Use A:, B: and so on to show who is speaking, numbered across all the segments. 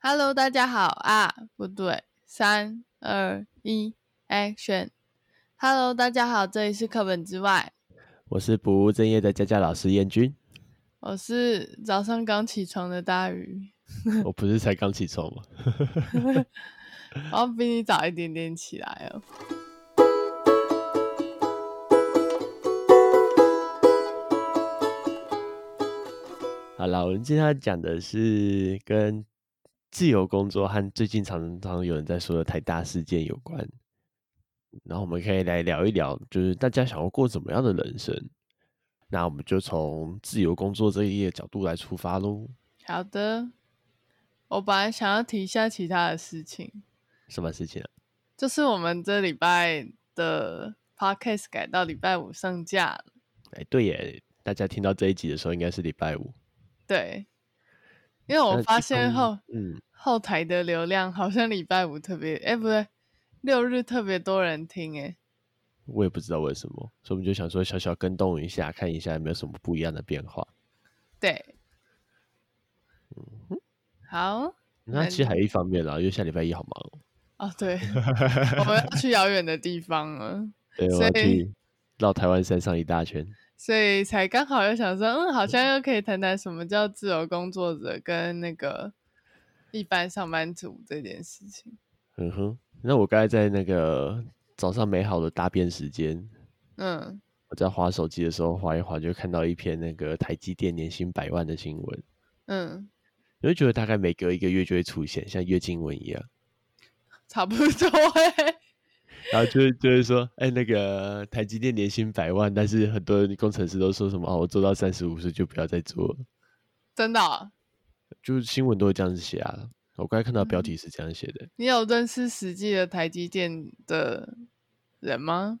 A: Hello，大家好啊，不对，三二一，Action。Hello，大家好，这里是课本之外，
B: 我是不务正业的佳佳老师燕君，
A: 我是早上刚起床的大鱼，
B: 我不是才刚起床吗？
A: 我要比你早一点点起来哦。
B: 好啦，我们今天要讲的是跟自由工作和最近常常有人在说的台大事件有关，然后我们可以来聊一聊，就是大家想要过怎么样的人生。那我们就从自由工作这一页角度来出发喽。
A: 好的，我本来想要提一下其他的事情，
B: 什么事情啊？
A: 就是我们这礼拜的 Podcast 改到礼拜五上架了，
B: 哎，对耶，大家听到这一集的时候应该是礼拜五。
A: 对，因为我
B: 那
A: 发
B: 其
A: 现
B: 中
A: 后。
B: 嗯，
A: 后台的流量好像礼拜五特别，哎、不对，六日特别多人听、哎诶
B: 我也不知道为什么，所以我们就想说小小跟动一下，看一下有没有什么不一样的变化。
A: 对，好，
B: 那其实还有一方面啦，因为下礼拜一好忙哦，
A: 哦，对，我们要去遥远的地方了，
B: 对，
A: 所
B: 我要
A: 以
B: 去绕台湾山上一大圈。
A: 所以才刚好又想说，嗯，好像又可以谈谈什么叫自由工作者跟那个一般上班族这件事情。
B: 嗯哼，那我刚才在那个早上美好的大便时间，
A: 嗯，
B: 我在划手机的时候划一划，就看到一篇那个台积电年薪百万的新闻，
A: 嗯，
B: 你会觉得大概每隔一个月就会出现，像月经文一样，
A: 差不多、欸，
B: 然后就会就会说，哎、那个台积电年薪百万，但是很多人工程师都说什么哦，我做到三十五岁就不要再做了。
A: 真的哦、
B: 就是新闻都会这样子写啊。我刚才看到标
A: 嗯
B: 题是这样写的，
A: 你有认识实际的台积电的人吗？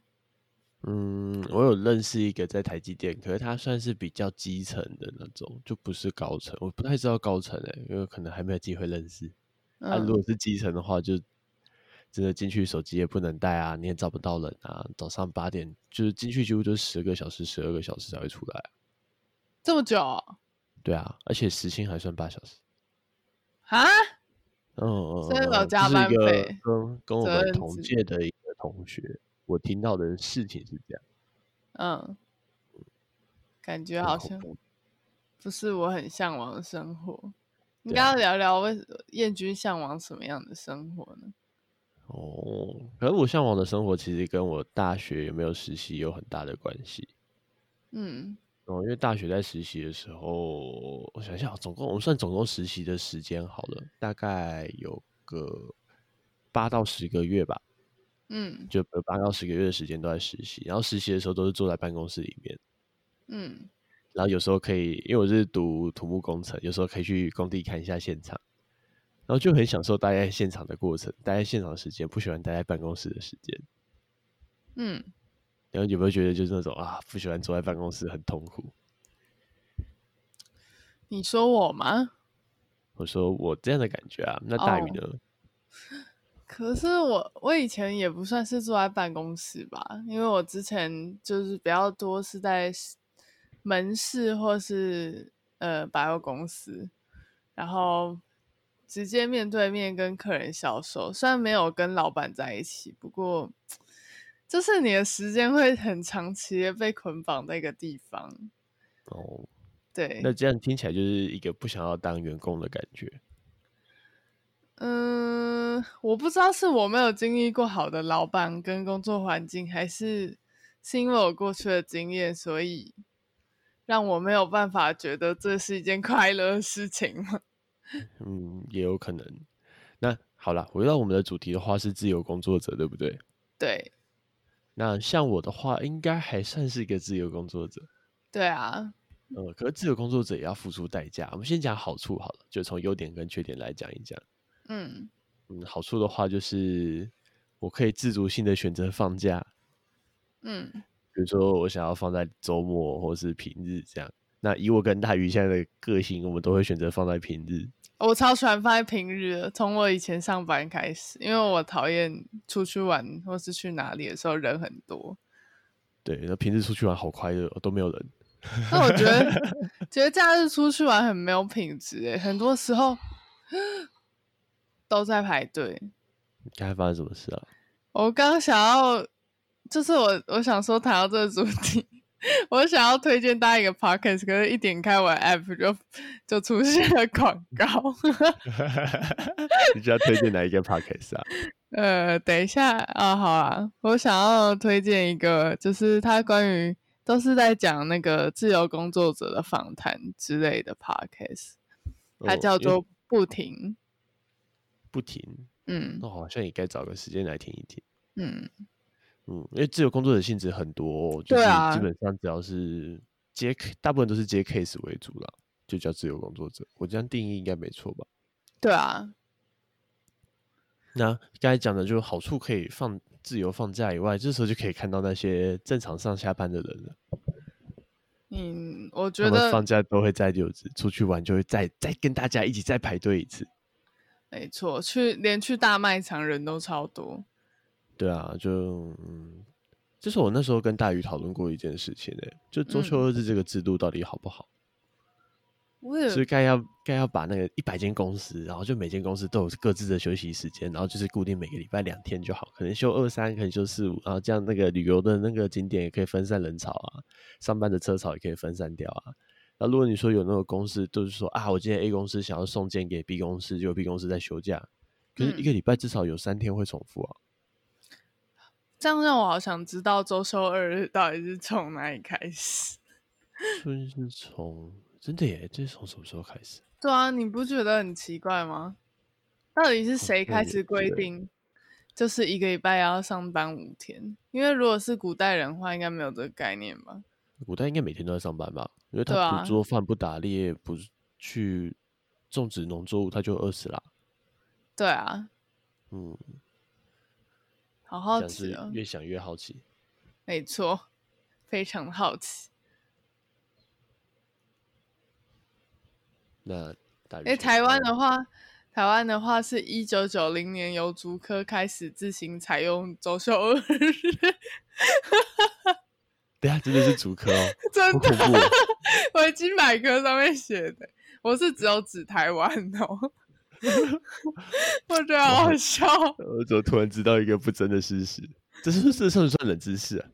B: 嗯，我有认识一个在台积电，可是他算是比较基层的那种，就不是高层。我不太知道高层哎、因为可能还没有机会认识。
A: 嗯、
B: 啊，如果是基层的话，就真的进去手机也不能带啊，你也找不到人啊。早上八点就是进去，几乎就是十个小时、十二个小时才会出来啊。
A: 这么久哦
B: 对啊，而且时薪还算八小时。
A: 啊？
B: 嗯嗯，
A: 所以
B: 嗯
A: 有
B: 嗯
A: 加
B: 就是一
A: 班
B: 个
A: 费
B: 跟跟我
A: 责
B: 们
A: 任
B: 同
A: 制
B: 届的一个同学，我听到的事情是这样，
A: 嗯，感觉
B: 很
A: 好
B: 恐
A: 像
B: 怖。
A: 不是我很向往的生活。应
B: 对
A: 该
B: 啊
A: 要聊聊为燕君向往什么样的生活呢？
B: 哦，可是我向往的生活其实跟我大学有没有实习有很大的关系。
A: 嗯
B: 哦，因为大学在实习的时候，我想一下，总共我们算总共实习的时间好了，大概有个八到十个月吧，
A: 嗯
B: 就八到十个月的时间都在实习。然后实习的时候都是坐在办公室里面，
A: 嗯
B: 然后有时候可以，因为我是读土木工程，有时候可以去工地看一下现场，然后就很享受待在现场的过程，待在现场的时间，不喜欢待在办公室的时间。
A: 嗯，
B: 然后有没有觉得就是那种啊，不喜欢坐在办公室很痛苦？
A: 你说我吗？
B: 我说我这样的感觉啊，那大
A: 哦
B: 鱼呢？
A: 可是我我以前也不算是坐在办公室吧，因为我之前就是比较多是在市门市或是呃百货公司，然后直接面对面跟客人销售，虽然没有跟老板在一起，不过就是你的时间会很长期的被捆绑在一个地方，
B: 哦，
A: 对，
B: 那这样听起来就是一个不想要当员工的感觉。
A: 嗯，我不知道是我没有经历过好的老板跟工作环境，还是是因为我过去的经验，所以让我没有办法觉得这是一件 快乐的事情吗？
B: 嗯，也有可能。那好了，回到我们的主题的话是自由工作者，对不对？
A: 对，
B: 那像我的话，应该还算是一个自由工作者。
A: 对啊，
B: 呃，可是自由工作者也要付出代价。我们先讲好处好了，就从优点跟缺点来讲一讲。
A: 嗯，
B: 嗯，好处的话就是我可以自主性的选择放假，
A: 嗯，
B: 比如说我想要放在周末或是平日这样。那以我跟大鱼现在的个性，我们都会选择放在平日。
A: 我超喜欢放在平日的，从我以前上班开始，因为我讨厌出去玩或是去哪里的时候人很多，
B: 对，那平日出去玩好快乐哦，都没有人。
A: 那我觉得欸觉得假日出去玩很没有品质诶，很多时候都在排队。
B: 该发生什么事啊 了、
A: 我刚想要，就是我我想说谈到这个主题， 我想要推荐大家一个 podcast，可是一点开我的 app 就就出现了广告。
B: 你知道推荐哪一个 podcast 啊？
A: 呃，等一下啊，好啊，我想要推荐一个，就是他关于都是在讲那个自由工作者的访谈之类的 podcast，它
B: 哦
A: 叫
B: 因为
A: 做不停。
B: 不停。
A: 嗯
B: 那我好像也该找个时间来听一听。
A: 嗯，
B: 嗯，因为自由工作者性质很多哦、就
A: 对
B: 是
A: 啊
B: 基本上只要是接 ca- 大部分都是接 case 为主啦，就叫自由工作者。我这样定义应该没错吧？
A: 对啊，
B: 那刚才讲的就是好处可以放自由放假以外，这时候就可以看到那些正常上下班的人了。
A: 嗯，我觉
B: 他们
A: 得
B: 放假都会在就职，出去玩就会再再跟大家一起再排队一次。
A: 没错，去连去大卖场人都超多。
B: 对啊，就嗯，这是我那时候跟大鱼讨论过一件事情诶、就
A: 嗯
B: 周休二日这个制度到底好不好？
A: 我也
B: 所以该要该要把那个一百间公司，然后就每间公司都有各自的休息时间，然后就是固定每个礼拜两天就好，可能休二三，可能休四五，然后这样那个旅游的那个景点也可以分散人潮啊，上班的车潮也可以分散掉啊。那如果你说有那种公司，就是说啊，我今天 A 公司想要送件给 B 公司，结果 B 公司在休假，可是一
A: 嗯
B: 个礼拜至少有三天会重复啊。
A: 这样让我好想知道周休二日到底是从哪里开始。
B: 春是从真的耶，这是从什么时候开始？
A: 对啊，你不觉得很奇怪吗？到底是谁
B: 我
A: 开
B: 也
A: 始规
B: 觉得
A: 定，就是一个礼拜要上班五天？因为如果是古代人的话，应该没有这个概念吧？
B: 古代应该每天都在上班吧？因为
A: 对
B: 他
A: 啊
B: 不做饭、不打猎、不去种植农作物，他就饿死啦。
A: 对啊，
B: 嗯，
A: 好
B: 这
A: 好
B: 样
A: 奇
B: 是
A: 哦，
B: 越想越好奇。
A: 没错，非常好奇。
B: 那大
A: 诶，
B: 于
A: 台湾哦的话，台湾的话是一九九零年由竹科开始自行采用周休二日，
B: 等一下真的是主 科哦，
A: 真
B: 好
A: 的。
B: 恐怖哦！
A: 维基百科上面写的，我是只有指台湾哦。 我觉得好好笑，哦
B: 我怎么突然知道一个不争的事实？这是这算不算冷知识啊？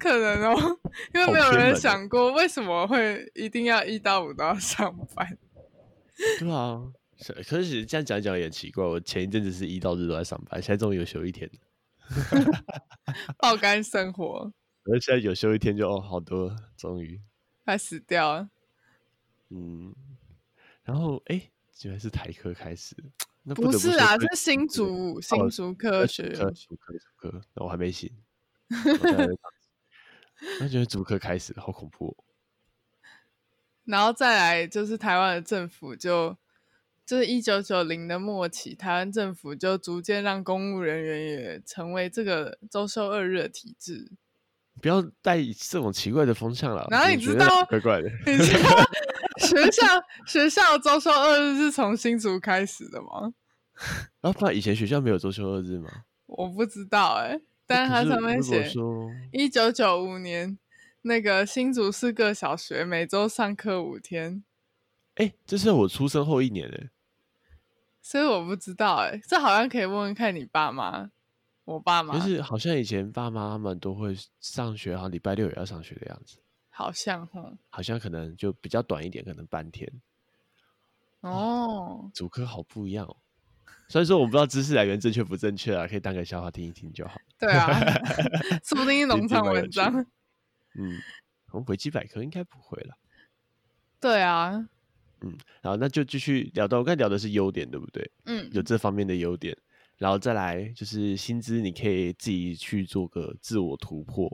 A: 可能哦，因为
B: 好
A: 没有
B: 偏门
A: 人
B: 哦
A: 想过为什么会一定要一到五都要上班。
B: 对啊， 是可是其实这样讲一讲也很奇怪。我前一阵子是一到日都在上班，现在终于有休一天了。
A: 爆肝生活，
B: 而现在有休一天就哦，好多了，终于。
A: 快死掉了。
B: 嗯，然后诶，居然是台科开始的，那
A: 不
B: 得
A: 是
B: 说哦
A: 啊，
B: 对
A: 是新竹新
B: 呃
A: 竹科学
B: 科
A: 院。
B: 主科主科，那我还没醒，我现在 还没躺那觉得主科开始好恐怖、哦，
A: 然后再来就是台湾的政府就，就是一九九零的末期，台湾政府就逐渐让公务人员也成为这个周休二日的体制。
B: 不要带这种奇怪的风向了。
A: 哪
B: 我
A: 里
B: 觉
A: 知
B: 得
A: 道
B: 怪怪的？
A: 你知道学校学校周休二日是从新竹开始的吗？
B: 然后不然以前学校没有周休二日吗？
A: 我不知道哎、但是
B: 可
A: 它上
B: 如
A: 面
B: 果
A: 写
B: 说
A: 一九九五年那个新竹市各小学每周上课五天，
B: 诶，这是我出生后一年欸诶，
A: 所以我不知道哎、这好像可以问问看你爸妈，我爸妈
B: 就是好像以前爸妈他们都会上学，好像礼拜六也要上学的样子，
A: 好像哦
B: 好像可能就比较短一点，可能半天。
A: 哦，
B: 主科好不一样哦。虽然说我不知道知识来源正确不正确啊，可以当个笑话听一听就好。
A: 对啊， 说不定是农
B: 经
A: 场
B: 蛮有
A: 文
B: 趣
A: 章，
B: 嗯，我们维基百科应该不会了。
A: 对啊，
B: 嗯，好，那就继续聊到我刚才聊的是优点，对不对？
A: 嗯
B: 有这方面的优点，然后再来就是薪资，你可以自己去做个自我突破，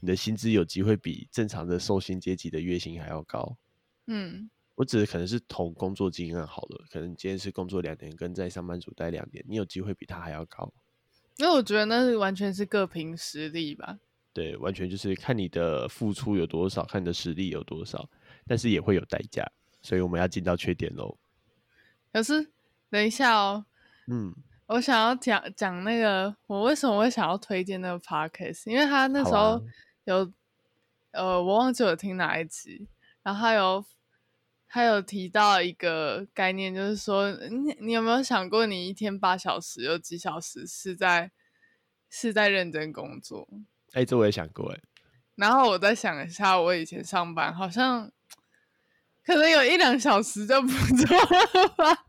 B: 你的薪资有机会比正常的受薪阶级的月薪还要高。
A: 嗯
B: 我指的可能是同工作经验好了，可能你今天是工作两年，跟在上班族待两年，你有机会比他还要高。
A: 因为我觉得那是完全是各凭实力吧，
B: 对，完全就是看你的付出有多少，看你的实力有多少，但是也会有代价，所以我们要进到缺点喽。
A: 可是等一下哦，
B: 嗯，
A: 我想要讲讲那个，我为什么会想要推荐那个 podcast，因为他那时
B: 好啊
A: 候有，呃，我忘记我听哪一集，然后他有他有提到一个概念，就是说，嗯你你有没有想过，你一天八小时有几小时是在是在认真工作？
B: 哎、这我也想过哎、
A: 然后我再想一下，我以前上班好像可能有一两小时就不做了吧。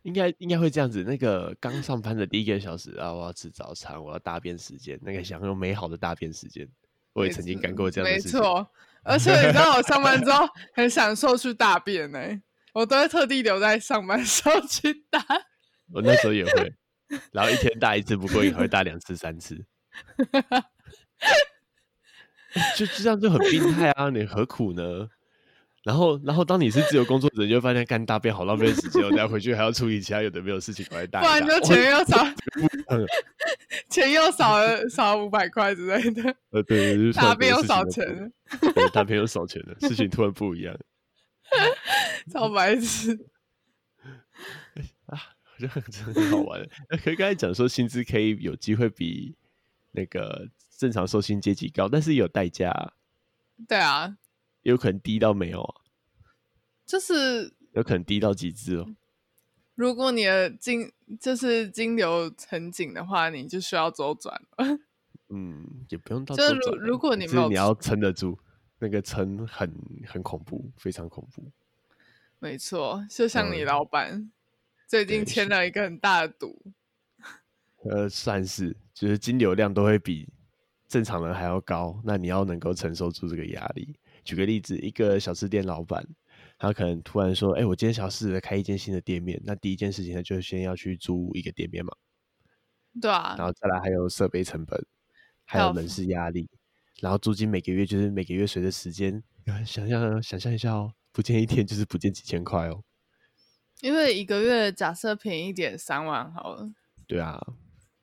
B: 应该应该会这样子。那个刚上班的第一个小时啊，我要吃早餐，我要大便时间，那个享用美好的大便时间，我也
A: 没
B: 曾经
A: 错
B: 干过这样的
A: 没
B: 事情。
A: 错，而且你知道，我上班之后很享受去大便呢、我都会特地留在上班时候去大。
B: 我那时候也会，然后一天大一次，不过瘾，还会大两次、三次， 就就这样就很病态啊！你何苦呢？然后，然后当你是自由工作者，你就会发现干大便好浪费时间哦，我等下回去还要处理其他有的没有事情，我还大
A: 不
B: 一大。
A: 然就
B: 哦
A: 钱又 少
B: 嗯，
A: 钱又少了少五百块之类 的，
B: 呃，对对对，就突
A: 大
B: 然
A: 便
B: 觉
A: 又
B: 得事
A: 少
B: 情都
A: 钱，
B: 不一样，对大便又少钱了，事情突然不一样
A: 超白痴。
B: 啊，就很真的很好玩。呃可是刚才讲说薪资可以有机会比那个正常受薪阶级高，但是有代价啊，
A: 对啊，
B: 也有可能低到没有啊。
A: 就是
B: 有可能低到极致哦。
A: 如果你的金就是金流很紧的话，你就需要周转了。
B: 嗯，也不用到
A: 就
B: 多
A: 如
B: 早啊
A: 如果你
B: 只
A: 没
B: 是
A: 有
B: 你
A: 吃
B: 要撑得住，那个撑很很恐怖，非常恐怖。
A: 没错，就像你
B: 嗯
A: 老板、最近
B: 对
A: 签了一个很大的赌，
B: 呃，算是就是金流量都会比正常人还要高，那你要能够承受住这个压力。举个例子，一个小吃店老板，他可能突然说：“哎、我今天想要试着开一间新的店面。”那第一件事情呢，就是先要去租一个店面嘛，
A: 对啊哦
B: 然，后再来还有设备成本，还
A: 还
B: 有
A: 有
B: 人
A: 服
B: 事压力，然后租金每个月就是每个月随着时间，呃想象想象一下哦，不见一天就是不见几千块哦。
A: 因为一个月假设便宜一点三万好了，
B: 对啊，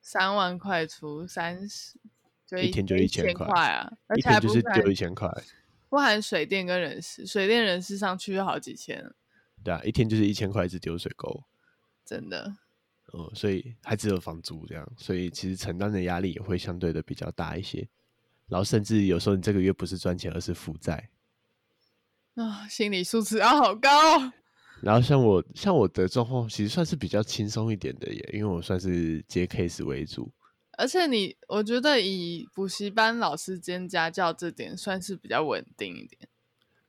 A: 三万块除三十，就
B: 一天就
A: 一
B: 1000
A: 千
B: 块
A: 啊，而
B: 一
A: 且还
B: 天就
A: 不
B: 是
A: 含
B: 丢一千块，
A: 不含水电跟人事，水电人事上去就好几千了，
B: 对啊，一天就是一千块是丢水沟，
A: 真的。
B: 嗯，所以还只有房租这样，所以其实承担的压力也会相对的比较大一些。然后甚至有时候你这个月不是赚钱，而是负债。
A: 啊、心理素质要好高哦。
B: 然后像我像我的状况，其实算是比较轻松一点的耶，因为我算是接 case 为主，
A: 而且你，我觉得以补习班老师兼家教这点算是比较稳定一点，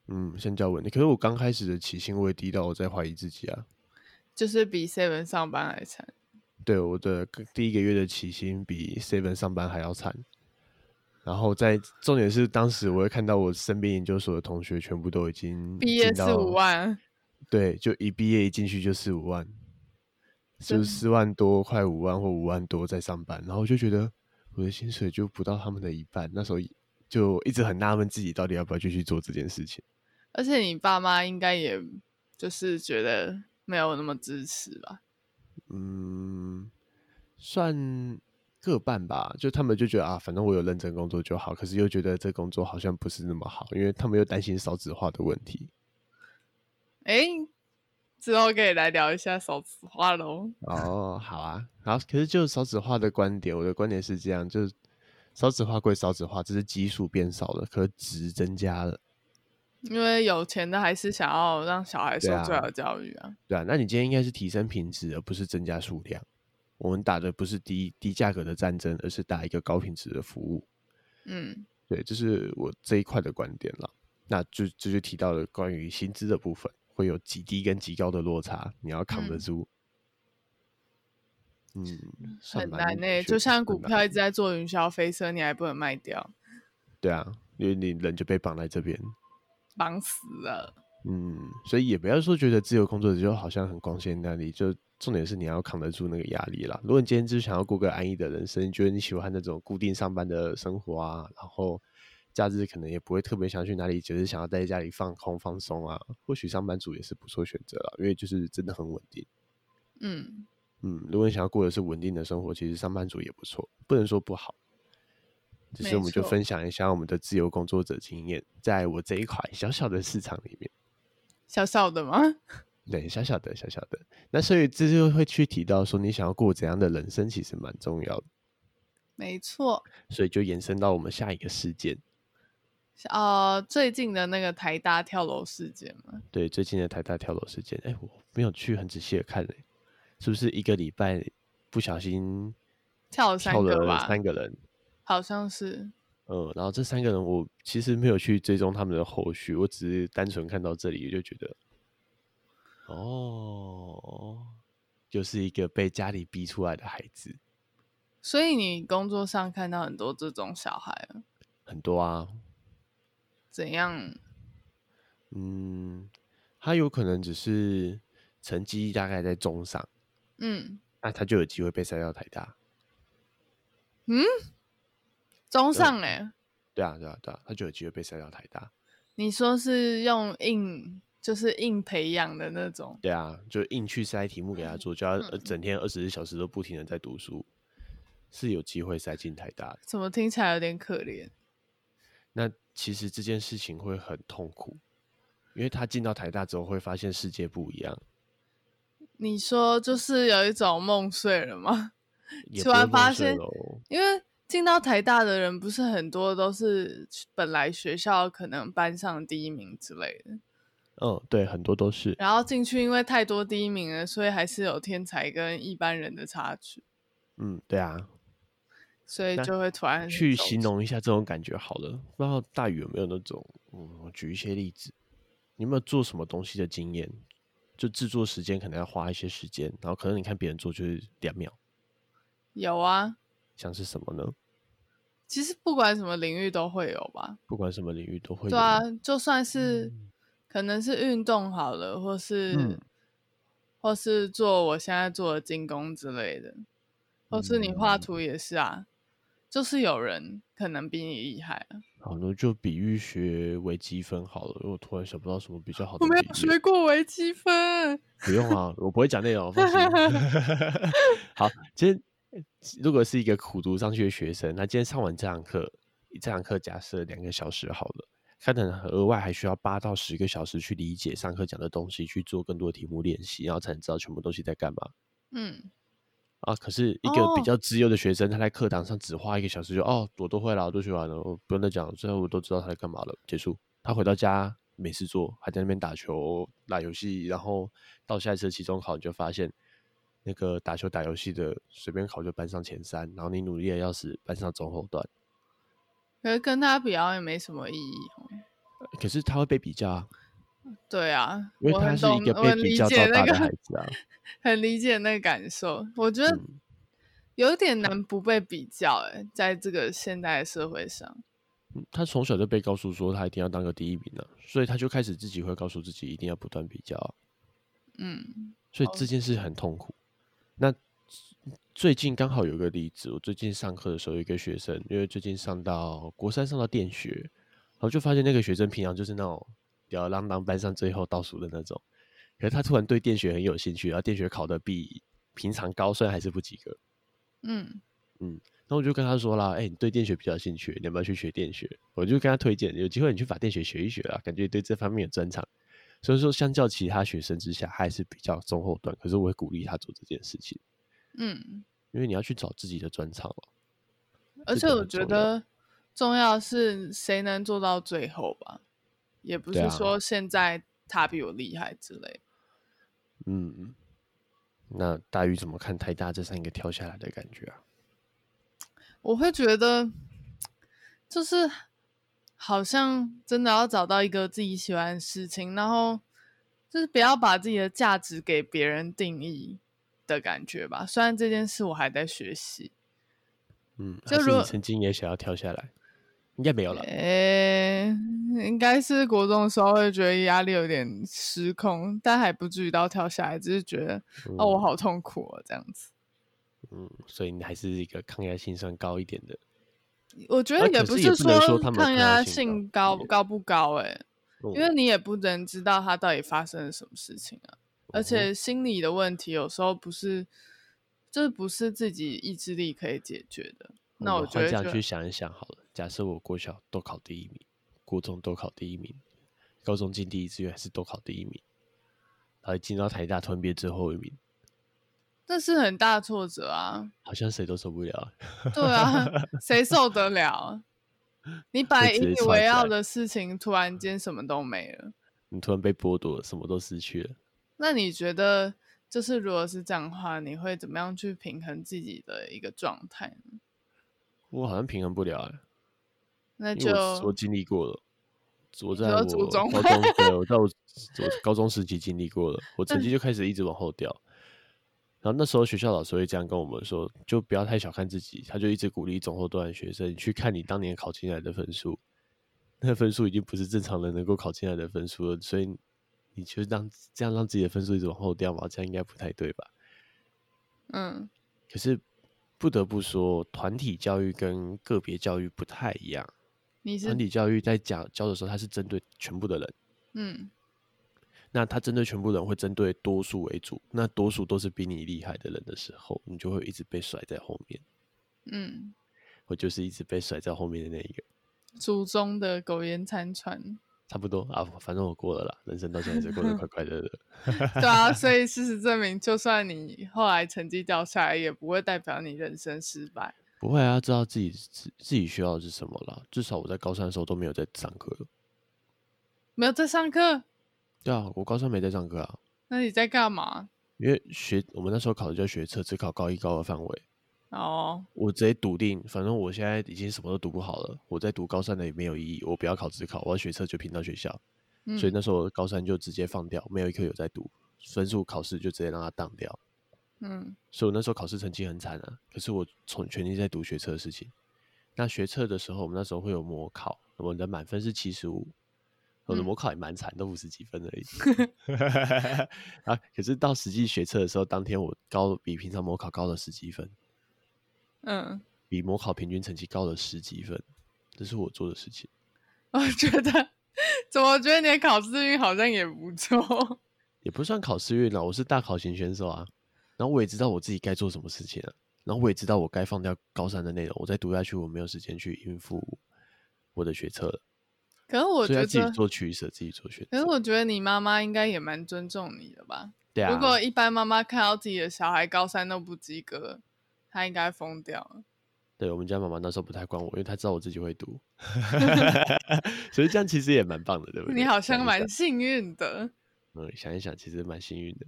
B: 嗯，先较稳定。可是我刚开始的起薪我也低到我在怀疑自己啊。
A: 就是比 seven 上班还惨。
B: 对，我的个第一个月的起薪比 Seven 上班还要惨。然后在重点是，当时我会看到我身边研究所的同学全部都已经
A: 毕业
B: 进
A: 四五
B: 到，
A: 万，
B: 对，就一毕业一进去就四五万，就
A: 真
B: 是四万多，快五万或五万多在上班。然后我就觉得我的薪水就不到他们的一半，那时候就一直很纳闷自己到底要不要继续做这件事情。
A: 而且你爸妈应该也就是觉得没有那么支持吧？
B: 嗯，算各半吧。就他们就觉得啊，反正我有认真工作就好，可是又觉得这工作好像不是那么好，因为他们又担心少子化的问题
A: 诶，之后可以来聊一下少子化喽。
B: 哦。好啊，然后可是就少子化的观点，我的观点是这样，就是少子化归少子化，只是基数变少了，可是值增加了，
A: 因为有钱的还是想要让小孩受
B: 对啊
A: 最好的教育啊。
B: 对啊，那你今天应该是提升品质，而不是增加数量。我们打的不是低低价格的战争，而是打一个高品质的服务。
A: 嗯，
B: 对，这是我这一块的观点了。那就这就提到了关于薪资的部分，会有极低跟极高的落差，你要扛得
A: 嗯
B: 住。嗯，算
A: 很
B: 蛮
A: 难
B: 有
A: 呢、
B: 趣
A: 就
B: 的
A: 像
B: 很
A: 股
B: 难
A: 票一直在坐云霄飞车，你还不能卖掉，
B: 对啊，因为你人就被绑在这边。
A: 绑死了。
B: 嗯，所以也不要说觉得自由工作者就好像很光鲜亮丽，就重点是你要扛得住那个压力啦。如果你今天就是想要过个安逸的人生，你觉得你喜欢那种固定上班的生活啊，然后假日可能也不会特别想去哪里，只是想要待在家里放空放松啊，或许上班族也是不错选择啦，因为就是真的很稳定。
A: 嗯，
B: 嗯，如果你想要过的是稳定的生活，其实上班族也不错，不能说不好。只是
A: 没
B: 我们就
A: 错
B: 分享一下我们的自由工作者经验，在我这一块小小的市场里面。
A: 小小的吗？
B: 对，小小的，小小的。那所以这就会去提到说，你想要过怎样的人生，其实蛮重要的。
A: 没错，
B: 所以就延伸到我们下一个事件，
A: 呃，最近的那个台大跳楼事件嘛，
B: 对，最近的台大跳楼事件，哎、我没有去很仔细的看、欸，是不是一个礼拜不小心
A: 跳了三
B: 跳
A: 个
B: 了
A: 吧，
B: 三个人？
A: 好像是。
B: 嗯，然后这三个人我其实没有去追踪他们的后续，我只是单纯看到这里就觉得，哦，就是一个被家里逼出来的孩子，
A: 所以你工作上看到很多这种小孩啊，
B: 很多啊，
A: 怎样？
B: 嗯，他有可能只是成绩大概在中上，
A: 嗯，
B: 那他就有机会被塞到台大。呃
A: 中上哎、
B: 对啊，对啊，对啊，他就有机会被塞到台大。
A: 你说是用硬，就是硬培养的那种，
B: 对啊，就硬去塞题目给他做，就要呃
A: 嗯
B: 整天二十四小时都不停的在读书，是有机会塞进台大的。
A: 怎么听起来有点可怜？
B: 那其实这件事情会很痛苦，因为他进到台大之后会发现世界不一样，
A: 你说就是有一种梦碎了吗？
B: 也
A: 突
B: 不会
A: 然
B: 陌
A: 发
B: 生
A: 现
B: 咯
A: 因为进到台大的人，不是很多都是本来学校可能班上第一名之类的，
B: 嗯，对，很多都是。
A: 然后进去因为太多第一名了，所以还是有天才跟一般人的差距，
B: 嗯，对啊，
A: 所以
B: 那
A: 就会突然很
B: 去
A: 受
B: 形
A: 挫
B: 容一下这种感觉好了。不知道大宇有没有那种，嗯，我举一些例子，你有没有做什么东西的经验？就制作时间可能要花一些时间，然后可能你看别人做就是两秒，
A: 有啊，
B: 像是什么呢？
A: 其实不管什么领域都会有吧。
B: 不管什么领域都会有。
A: 对啊，就算是可能是运动好了，或是、
B: 嗯
A: 或是做我现在做的精工之类的，或是你画
B: 嗯
A: 图也是啊，就是有人可能比你厉害啊。
B: 好，那就比喻学微积分好了，因为我突然想不到什么比较好的
A: 我没
B: 比
A: 有
B: 喻。
A: 学过微积分，
B: 不用啊，我不会讲内容，放心。好，今天如果是一个苦读上去的学生，那今天上完这堂课，这堂课假设两个小时好了，他可能额外还需要八到十个小时去理解上课讲的东西，去做更多的题目练习，然后才能知道全部东西在干嘛
A: 嗯，
B: 啊。可是一个比
A: 哦
B: 较资优的学生，他在课堂上只花一个小时就哦，我都会了，我都学完了，我不用再讲，最后我都知道他在干嘛了，结束。他回到家没事做，还在那边打球、打游戏，然后到下一次期中考，你就发现那个打球、打游戏的随便考就班上前三，然后你努力的要死，班上中后段。
A: 可是跟他比好像也没什么意义哦。
B: 呃可是他会被比较啊，
A: 对啊，
B: 因为
A: 我
B: 他
A: 很
B: 是
A: 懂
B: 一，个
A: 我
B: 被
A: 很
B: 比
A: 理
B: 较
A: 解
B: 到
A: 那
B: 大
A: 个
B: 的孩子啊。
A: 很理解那个感受。我觉得
B: 嗯
A: 有点难不被比较、欸，在这个现代的社会上，
B: 嗯他从小就被告诉说他一定要当个第一名了、啊所以他就开始自己会告诉自己一定要不断比较啊、
A: 嗯，
B: 所以这件事很痛苦。那最近刚好有个例子，我最近上课的时候，有一个学生，因为最近上到国三，上到电学，然后就发现那个学生平常就是那种吊儿郎当班上最后倒数的那种，可是他突然对电学很有兴趣，然后电学考的比平常高，虽然还是不及格。
A: 嗯，
B: 然后我就跟他说啦，哎、你对电学比较有兴趣，你要不要去学电学？我就跟他推荐，有机会你去把电学学一学啊，感觉你对这方面有专长。所以说，相较其他学生之下，他还是比较中后段。可是我会鼓励他做这件事情，
A: 嗯，
B: 因为你要去找自己的专长嘛。
A: 而
B: 这
A: 且
B: 个
A: 我
B: 很
A: 觉
B: 重要
A: 得重要是谁能做到最后吧，也不
B: 对
A: 是
B: 啊
A: 说现在他比我厉害之类。
B: 嗯，那大鱼怎么看台大这三个跳下来的感觉啊？
A: 我会觉得，就是好像真的要找到一个自己喜欢的事情，然后就是不要把自己的价值给别人定义的感觉吧。虽然这件事我还在学习，
B: 嗯，
A: 就
B: 还是
A: 如
B: 你
A: 果
B: 曾经也想要跳下来，应该没有了。
A: 诶、应该是国中的时候会觉得压力有点失控，但还不至于到跳下来，只是觉得哦，我
B: 嗯
A: 好痛苦哦，这样子。
B: 嗯，所以你还是一个抗压性算高一点的。
A: 我觉
B: 啊
A: 得
B: 可
A: 不
B: 是也不能说他
A: 说
B: 们
A: 抗
B: 抗
A: 压
B: 压性
A: 性
B: 高
A: 高高不高、欸，诶，
B: 嗯
A: 因为你也不能知道他到底发生了什么事情啊。
B: 哦
A: 而且心理的问题有时候不是，就是不是自己意志力可以解决的。那
B: 我
A: 我
B: 们
A: 觉
B: 换
A: 得
B: 这样
A: 就
B: 去想一想好了。假设我国小都考第一名，国中都考第一名，高中进第一志愿还是都考第一名，然后进到台大突然变最后一名，
A: 这是很大的 挫折啊。
B: 好像谁都受不了。
A: 对啊，谁受得了啊？你本来
B: 会直
A: 引
B: 接
A: 以
B: 翘起
A: 为傲
B: 来
A: 的事情，突然间什么都没了。
B: 你突然被剥夺了，什么都失去了。
A: 那你觉得，就是如果是这样的话，你会怎么样去平衡自己的一个状态呢？
B: 我好像平衡不了、欸，
A: 那
B: 因为我我
A: 就
B: 经历过了。我
A: 你
B: 在
A: 说
B: 我
A: 祖
B: 高
A: 宗
B: 中，
A: 吗
B: 对我在我我高中时期经历过了，我
A: 嗯
B: 成绩就开始一直往后掉。然后那时候学校老师会这样跟我们说，就不要太小看自己，他就一直鼓励中后段的学生去看你当年考进来的分数，那分数已经不是正常人能够考进来的分数了，所以你就让这样让自己的分数一直往后掉嘛，这样应该不太对吧？
A: 嗯
B: 可是不得不说，团体教育跟个别教育不太一样。
A: 你是
B: 团体教育在讲教的时候，它是针对全部的人，
A: 嗯
B: 那它针对全部人会针对多数为主，那多数都是比你厉害的人的时候，你就会一直被甩在后面。
A: 嗯，
B: 我就是一直被甩在后面的那一个，
A: 祖宗的苟延残喘，
B: 差不多啊，反正我过了啦，人生到现在是过得快快乐乐。
A: 对啊，所以事实证明，就算你后来成绩掉下来，也不会代表你人生失败。
B: 不会啊，知道自己自自己需要的是什么啦。至少我在高三的时候都没有在上课了。
A: 没有在上课，
B: 对啊，我高三没在上课啊，
A: 那你在干嘛？
B: 因为学我们那时候考的叫学测，只考高一高二范围。
A: 哦，
B: 我直接笃定，反正我现在已经什么都读不好了，我再读高三的也没有意义，我不要考职考，我要学测就拼到学校。
A: 嗯，
B: 所以那时候高三就直接放掉，没有一科有在读，分数考试就直接让它当掉。
A: 嗯
B: 所以我那时候考试成绩很惨啊，可是我从全力在读学测的事情。那学测的时候，我们那时候会有模考，我的满分是七十五，我的
A: 嗯
B: 模考也蛮惨，都五十几分而 已。 啊，可是到实际学测的时候，当天我高比平常模考高了十几分，
A: 嗯，
B: 比模考平均成绩高了十几分，这是我做的事情，
A: 我觉得，怎么觉得你的考试运好像也不错？
B: 也不算考试运啊了，我是大考型选手啊。然后我也知道我自己该做什么事情啊，然后我也知道我该放掉高三的内容，我再读下去我没有时间去应付我的学测了，
A: 可是我
B: 所
A: 觉
B: 以要
A: 得，
B: 自己做取舍，自己做选
A: 可是
B: 择。
A: 我觉得你妈妈应该也蛮尊重你的吧？
B: 对啊，
A: 如果一般妈妈看到自己的小孩高三都不及格，她应该疯掉了。
B: 对我们家妈妈那时候不太管我，因为她知道我自己会读， 所以这样其实也蛮棒的，对不对？
A: 你好
B: 想
A: 像
B: 一
A: 蛮
B: 想
A: 幸运的。
B: 嗯，想一想其实蛮幸运的。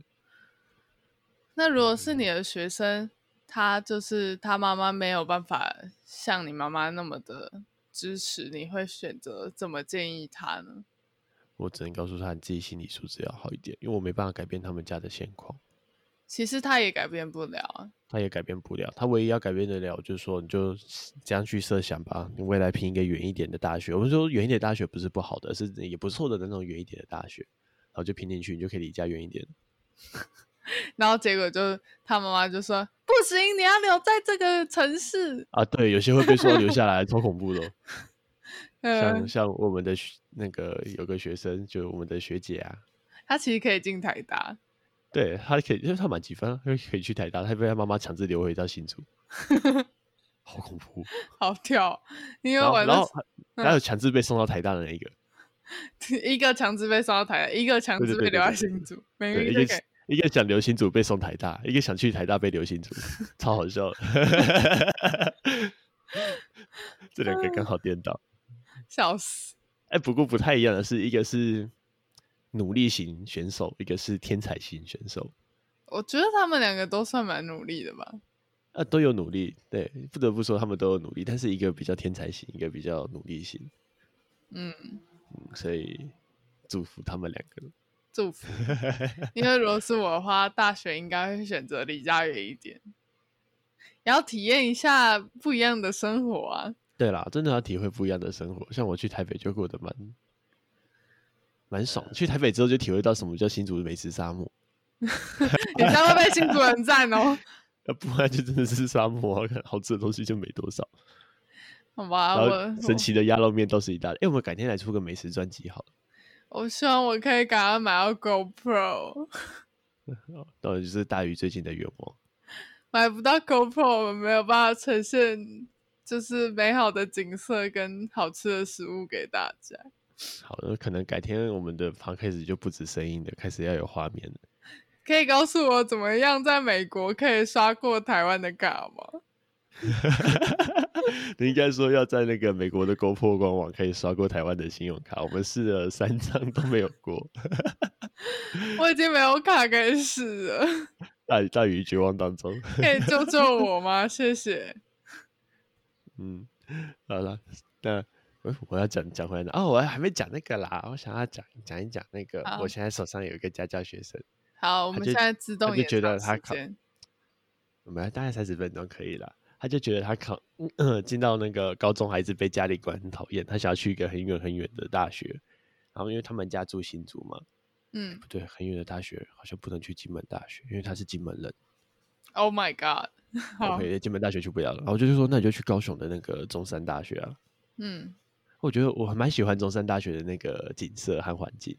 A: 那如果是你的学生，他就是他妈妈没有办法像你妈妈那么的支持，你会选择怎么建议他呢？
B: 我只能告诉她，你自己心理素质要好一点，因为我没办法改变他们家的现况。
A: 其实他也改变不了啊。
B: 他也改变不了。他唯一要改变得了，就是说你就这样去设想吧，你未来拼一个远一点的大学。我们说远一点的大学不是不好的，是也不错的那种远一点的大学，然后就拼进去，你就可以离家远一点。
A: 然后结果就他妈妈就说：“不行，你要留在这个城市。
B: 啊，对，有些会被说留下来，超恐 怖的哦。
A: 呃
B: 像，像我们的学那个有个学生，就我们的学姐啊，
A: 他其实可以进台大，
B: 对她可以，因为她满几分啊，她可以去台大，她被她妈妈强制留回到新 竹，好恐怖。
A: 好
B: 哦
A: 跳。因为
B: 然后
A: 我
B: 然
A: 那嗯
B: 后还还有强制被送到台大的那一个，
A: 时 一个强制被送到台大，一个强
B: 对对
A: 制
B: 对
A: 被留
B: 对
A: 在
B: 对对
A: 新竹，每
B: 对，
A: 一
B: 一
A: 个
B: 个
A: 给
B: 是一个想留新组被送台大，一个想去台大被留新组，超好笑的。 这两个刚
A: 嗯
B: 好颠倒。
A: 笑死。
B: 哎、不过不太一样的是，一个是努力型选手，一个是天才型选手。
A: 我觉得他们两个都算蛮努力的吧。
B: 啊，都有努力，对，不得不说他们都有努力，但是一个比较天才型，一个比较努力型，
A: 嗯，
B: 嗯所以祝福他们两个。
A: 祝福。因为如果是我的话，大学应该会选择离家远一点，也要体验一下不一样的生活啊。
B: 对啦，真的要体会不一样的生活。像我去台北就过得蛮蛮爽，去台北之后就体会到什么叫新竹美食沙漠。
A: 你这样会被新主人赞哦，
B: 要不然就真的是沙漠、啊，看好吃的东西就没多少。
A: 好吧，
B: 然
A: 啊我
B: 后神奇的鸭肉面都是一大堆。哎、我们改天来出个美食专辑好了。
A: 我我希望我可以赶快买到 GoPro，
B: 到底哦就是大鱼最近的愿望。
A: 买不到 GoPro，我们没有办法呈现就是美好的景色跟好吃的食物给大家。
B: 好了，可能改天我们的 p 开始就不止声音的，开始要有画面了。
A: 可以告诉我怎么样在美国可以刷过台湾的卡吗？
B: 你应该说要在那个美国的 GoPro 官网可以刷过台湾的信用卡，我们试了三张都没有过，
A: 我已经没有卡可以使了，
B: 大大于绝望当中。
A: 可以救救我吗？谢谢。
B: 嗯，好了，那我我要讲讲回来哦，我还没讲那个啦，我想要讲讲一讲那个，
A: 好
B: 我现在手上有一个家教学生，
A: 好，我
B: 他
A: 们
B: 就
A: 现在自
B: 他
A: 动
B: 就
A: 延
B: 觉
A: 长
B: 得他
A: 时
B: 考
A: 间
B: 我们大概三十分钟可以了。他就觉得他考嗯进到那个高中还是被家里管很讨厌，他想要去一个很远很远的大学，然后因为他们家住新竹嘛，
A: 嗯
B: 不对，很远的大学好像不能去金门大学，因为他是金门人。
A: ，Oh my God，好，
B: OK，金门大学去不了了。然后我就说，那你就去高雄的那个中山大学啊。
A: 嗯，
B: 我觉得我还蛮喜欢中山大学的那个景色和环境。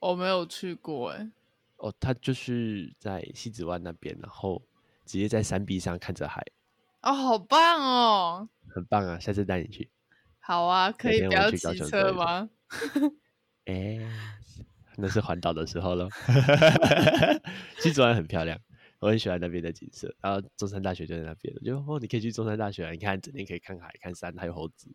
A: 我没有去过哎、
B: 哦，它就是在西子湾那边，然后直接在山壁上看着海，
A: 哦，好棒哦，
B: 很棒啊！下次带你去。
A: 好啊，可以
B: 天
A: 不
B: 我
A: 要
B: 去高
A: 骑
B: 雄走
A: 车
B: 一走
A: 吗？
B: 哎、那是环岛的时候喽。 西子湾很漂亮，我很喜欢那边的景色。然后中山大学就在那边，我就哦，你可以去中山大学、啊，你看整天可以看海、看山，还有猴子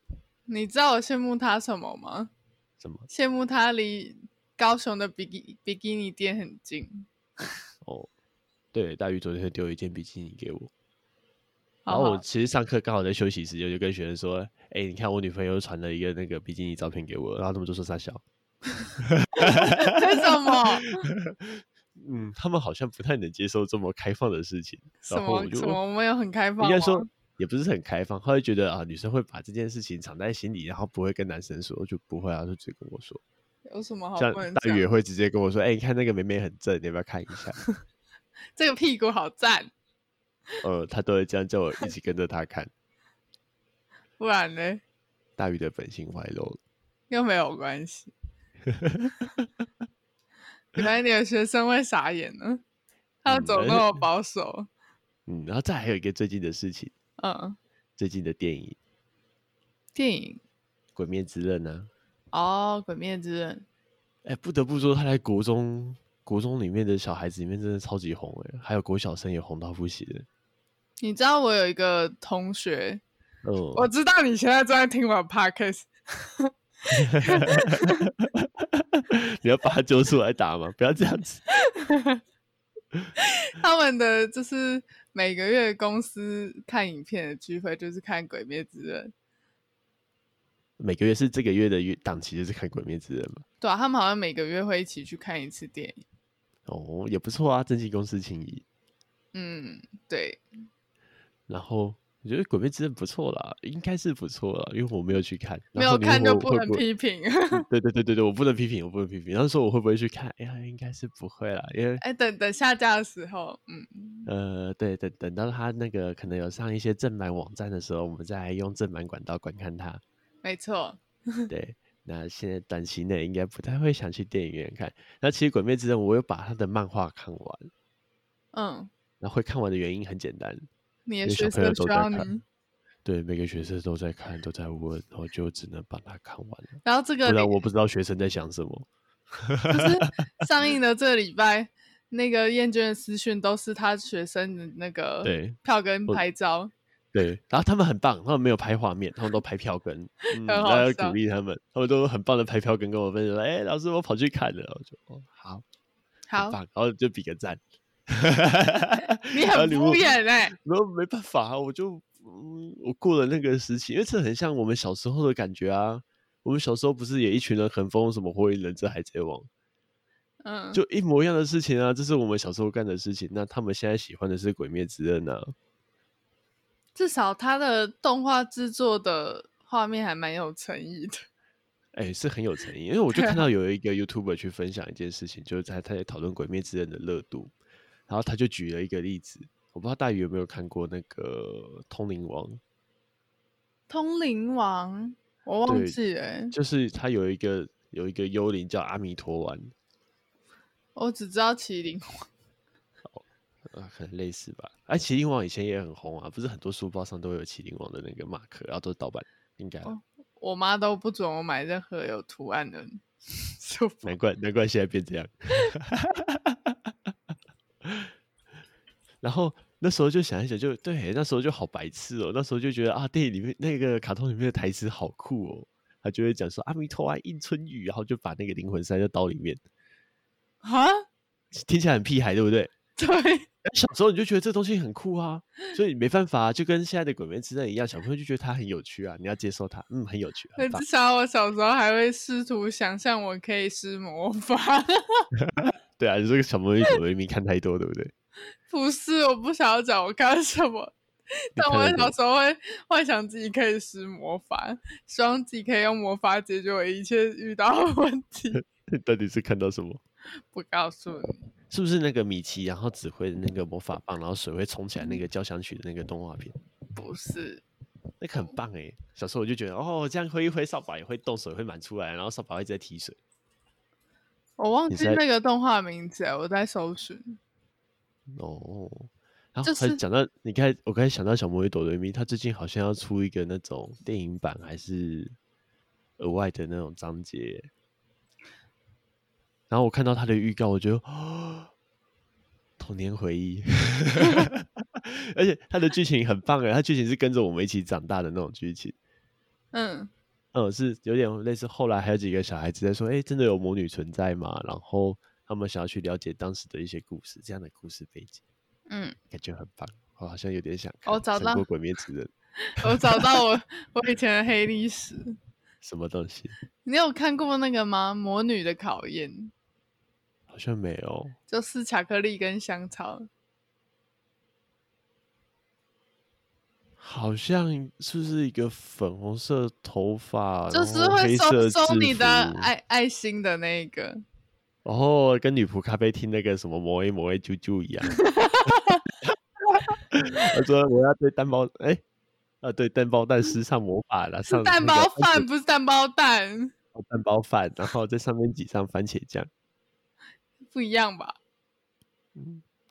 A: 你知道我羡慕他什么吗？
B: 什么。
A: 羡慕他离高雄的比基比基尼店很近。
B: 哦，对，大鱼昨天丢一件比基尼给我，然
A: 好
B: 后
A: 好
B: 我其实上课刚好在休息时间，就跟学生说：“哎、你看我女朋友传了一个那个比基尼照片给我。”然后他们就说：“傻小。
A: 为什 么？”
B: 嗯，他们好像不太能接受这么开放的事情。
A: 什
B: 然后
A: 么
B: 哦我就
A: 什么？我们有很开放
B: 应该
A: 吗？
B: 说也不是很开放，他会觉得啊，女生会把这件事情藏在心里，然后不会跟男生说，就不会啊，就直接跟我说。
A: 有什么好
B: 像
A: 不能
B: 大
A: 讲
B: 鱼？也会直接跟我说：“哎、你看那个妹妹很正，你要不要看一下
A: 这个屁股好赞，？”
B: 呃，他都会这样叫我一起跟着他看。
A: 不然呢
B: 大鱼的本性外露了。
A: 又没有关系。 原来你的学生会傻眼呢，他们
B: 嗯
A: 怎么
B: 而
A: 那
B: 且
A: 么保守？
B: 嗯，然后再还有一个最近的事情，
A: 嗯，
B: 最近的电影《
A: 电影
B: 鬼灭之刃》啊呢、
A: 哦，《鬼灭之刃
B: 哎，不得不说，他在国中国中里面的小孩子里面真的超级红哎，还有国小生也红到不行。》，
A: 你知道我有一个同学，
B: 嗯，
A: 我知道你现在正在听我的 podcast，
B: 你要把他揪出来打吗？不要这样子。
A: 他们的就是每个月公司看影片的聚会就是看《鬼灭之刃》，
B: 每个月是这个月的月档期就是看《鬼灭之刃》嘛。
A: 对啊，他们好像每个月会一起去看一次电影。
B: 哦，也不错啊，增进公司情谊。
A: 嗯，对，
B: 然后我觉得《鬼灭之刃》不错啦，应该是不错啦，因为我没有去看。
A: 没
B: 然后
A: 有
B: 你
A: 看
B: 问
A: 就
B: 我
A: 不
B: 会
A: 能
B: 会
A: 批评。
B: 嗯对对对对对，我不能批评，我不能批评。然后说我会不会去看？哎呀，应该是不会啦，因为
A: 哎，等等下架的时候，嗯，
B: 呃，对，等等到他那个可能有上一些正版网站的时候，我们再用正版管道观看它。
A: 没错，
B: 对，那现在短期内应该不太会想去电影院看。那其实《鬼灭之刃》我有把他的漫画看完，
A: 嗯，
B: 那会看完的原因很简单，
A: 你
B: 因
A: 的
B: 为
A: 学
B: 小朋
A: 生
B: 友都
A: 需
B: 在
A: 要
B: 看
A: 你。。
B: 对，每个学生都在看，都在问，然后就只能把它看完了，
A: 然后这
B: 不
A: 个
B: 然
A: 礼
B: 我不知道学生在想什么。
A: 上映的这个礼拜，那个燕娟的私讯都是他学生的那个
B: 对
A: 票跟
B: 我
A: 拍照，
B: 对，然后他们很棒，他们没有拍画面，他们都拍票根，嗯，
A: 很好
B: 大家
A: 笑
B: 鼓励他们，他们都很棒的拍票根跟我分享说，哎、老师我跑去看了，我就哦好，很
A: 好
B: 棒，，然后就比个赞。
A: 你
B: 然后
A: 很敷
B: 啊问
A: 衍哎、
B: 然后没办法啊，我就嗯，我过了那个时期，因为这很像我们小时候的感觉啊。我们小时候不是也一群人很疯什么《火影忍者》《海贼王》，
A: 嗯，
B: 就一模一样的事情啊，这是我们小时候干的事情。那他们现在喜欢的是《鬼灭之刃》啊，
A: 至少他的动画制作的画面还蛮有诚意 的。
B: 哎、是很有诚意。因为我就
A: 对
B: 看到有一个 YouTuber 去分享一件事情，就是在他在讨论《鬼灭之刃》的热度，然后他就举了一个例子，我不知道大鱼有没有看过那个《通灵王》，
A: 通灵王，我忘
B: 对
A: 记了欸、
B: 就是他有一个有一个幽灵叫阿弥陀丸，
A: 我只知道麒麟王。
B: 啊，可能类似吧。哎、麒麟王以前也很红啊，不是很多书包上都有麒麟王的那个 mark，然后都是盗版，应该啦、
A: 哦我妈都不准我买任何有图案的 书 包
B: 难怪难 怪现在变这样。然后那时候就想一想就，对，那时候就好白痴哦。那时候就觉得啊，电影里面那个卡通里面的台词好酷哦，他就会讲说阿弥陀爱应春雨，然后就把那个灵魂塞在刀里面，
A: 啊，
B: 听起来很屁孩，对不对？
A: 对，
B: 但小时候你就觉得这东西很酷啊，所以你没办法、啊，就跟现在的鬼灭之刃一样，小朋友就觉得它很有趣啊，你要接受它，嗯，很有趣，很
A: 那
B: 棒
A: 至。少我小时候还会试图想象我可以施魔法。
B: 对啊，你这个小朋友鬼灭迷看太多，对不对？
A: 不是，我不想要讲我干什么。
B: 你
A: 但
B: 看
A: 我小
B: 得懂
A: 时候会幻想自己可以施魔法，希望自己可以用魔法解决我一切遇到的问题。
B: 到底是看到什么？
A: 不告诉你，
B: 是不是那个米奇，然后指挥那个魔法棒，然后水会冲起来那个交响曲的那个动画片？
A: 不是，
B: 那个很棒哎、小时候我就觉得哦，这样挥一挥扫把也会动，水会满出来，然后扫把会一直在提水。
A: 我忘
B: 你
A: 记
B: 在
A: 那个动画名字了，我在搜寻。
B: 哦，然后
A: 就
B: 还
A: 是
B: 讲到，你看我刚才想到小魔女朵蕾咪，她最近好像要出一个那种电影版，还是额外的那种章节。然后我看到她的预告，我觉得哦，童年回忆， 而且它的剧情很棒哎，它剧情是跟着我们一起长大的那种剧情。
A: 嗯，
B: 嗯，是有点类似。后来还有几个小孩子在说：“哎、真的有魔女存在吗？”然后他们想要去了解当时的一些故事，这样的故事背景，
A: 嗯，
B: 感觉很棒。我好像有点想看
A: 哦找
B: 胜
A: 到
B: 过鬼灭之刃》
A: 我找到 我我以前的黑历史。
B: 什么东西，
A: 你有看过那个吗？《魔女的考验》
B: 好像没有。
A: 就是巧克力跟香草，
B: 好像是不是一个粉红色头发，
A: 就
B: 然
A: 是
B: 后
A: 会
B: 哦黑色
A: 收收
B: 制
A: 你的
B: 服，
A: 爱爱心的那一个。
B: 然后跟女仆咖啡厅那个什么魔 A 魔 A 啾啾一样。 他说我要对蛋包，哎、啊对蛋 包蛋施上魔法了，
A: 是
B: 上
A: 蛋
B: 那个
A: 包
B: 番茄
A: 饭，不是蛋包蛋，
B: 蛋包饭，然后在上面挤上番茄酱，
A: 不一样吧？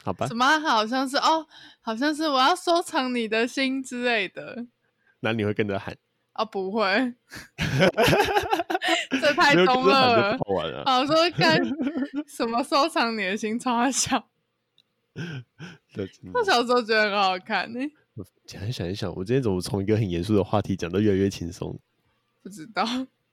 B: 好吧
A: 什？么好像是哦，好像是我要收藏你的心之类的
B: 那你会跟着喊，
A: 哦，不 会，这太
B: 没有跟
A: 中
B: 着喊
A: 二
B: 就
A: 了哦
B: 不。好玩了。
A: 好 说干什么收藏你的心，超好笑。
B: 对，
A: 我小时候觉得很好看呢、
B: 嗯想一想一想，我今天怎么从一个很严肃的话题讲到越来越轻松？
A: 不知道，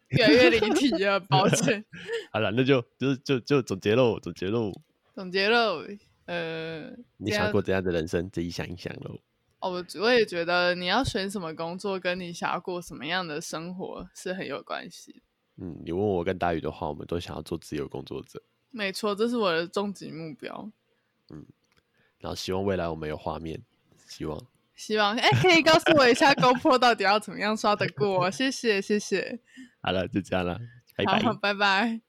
A: 越来越离题了，抱歉。
B: 好了，那就就就就总结喽，总结喽。
A: 总结了，呃，
B: 你
A: 这
B: 想
A: 样
B: 过怎样的人生？自己想一想喽。
A: 哦，我我也觉得你要选什么工作，跟你想要过什么样的生活是很有关系的。
B: 嗯，你问我跟大宇的话，我们都想要做自由工作者，
A: 没错，这是我的终极目标。
B: 然后希望未来我们有画面，希望
A: 希望哎、可以告诉我一下 GoPro 到底要怎么样刷得过？谢谢，谢谢。
B: 好了，就这样了，拜拜。
A: 好，拜拜。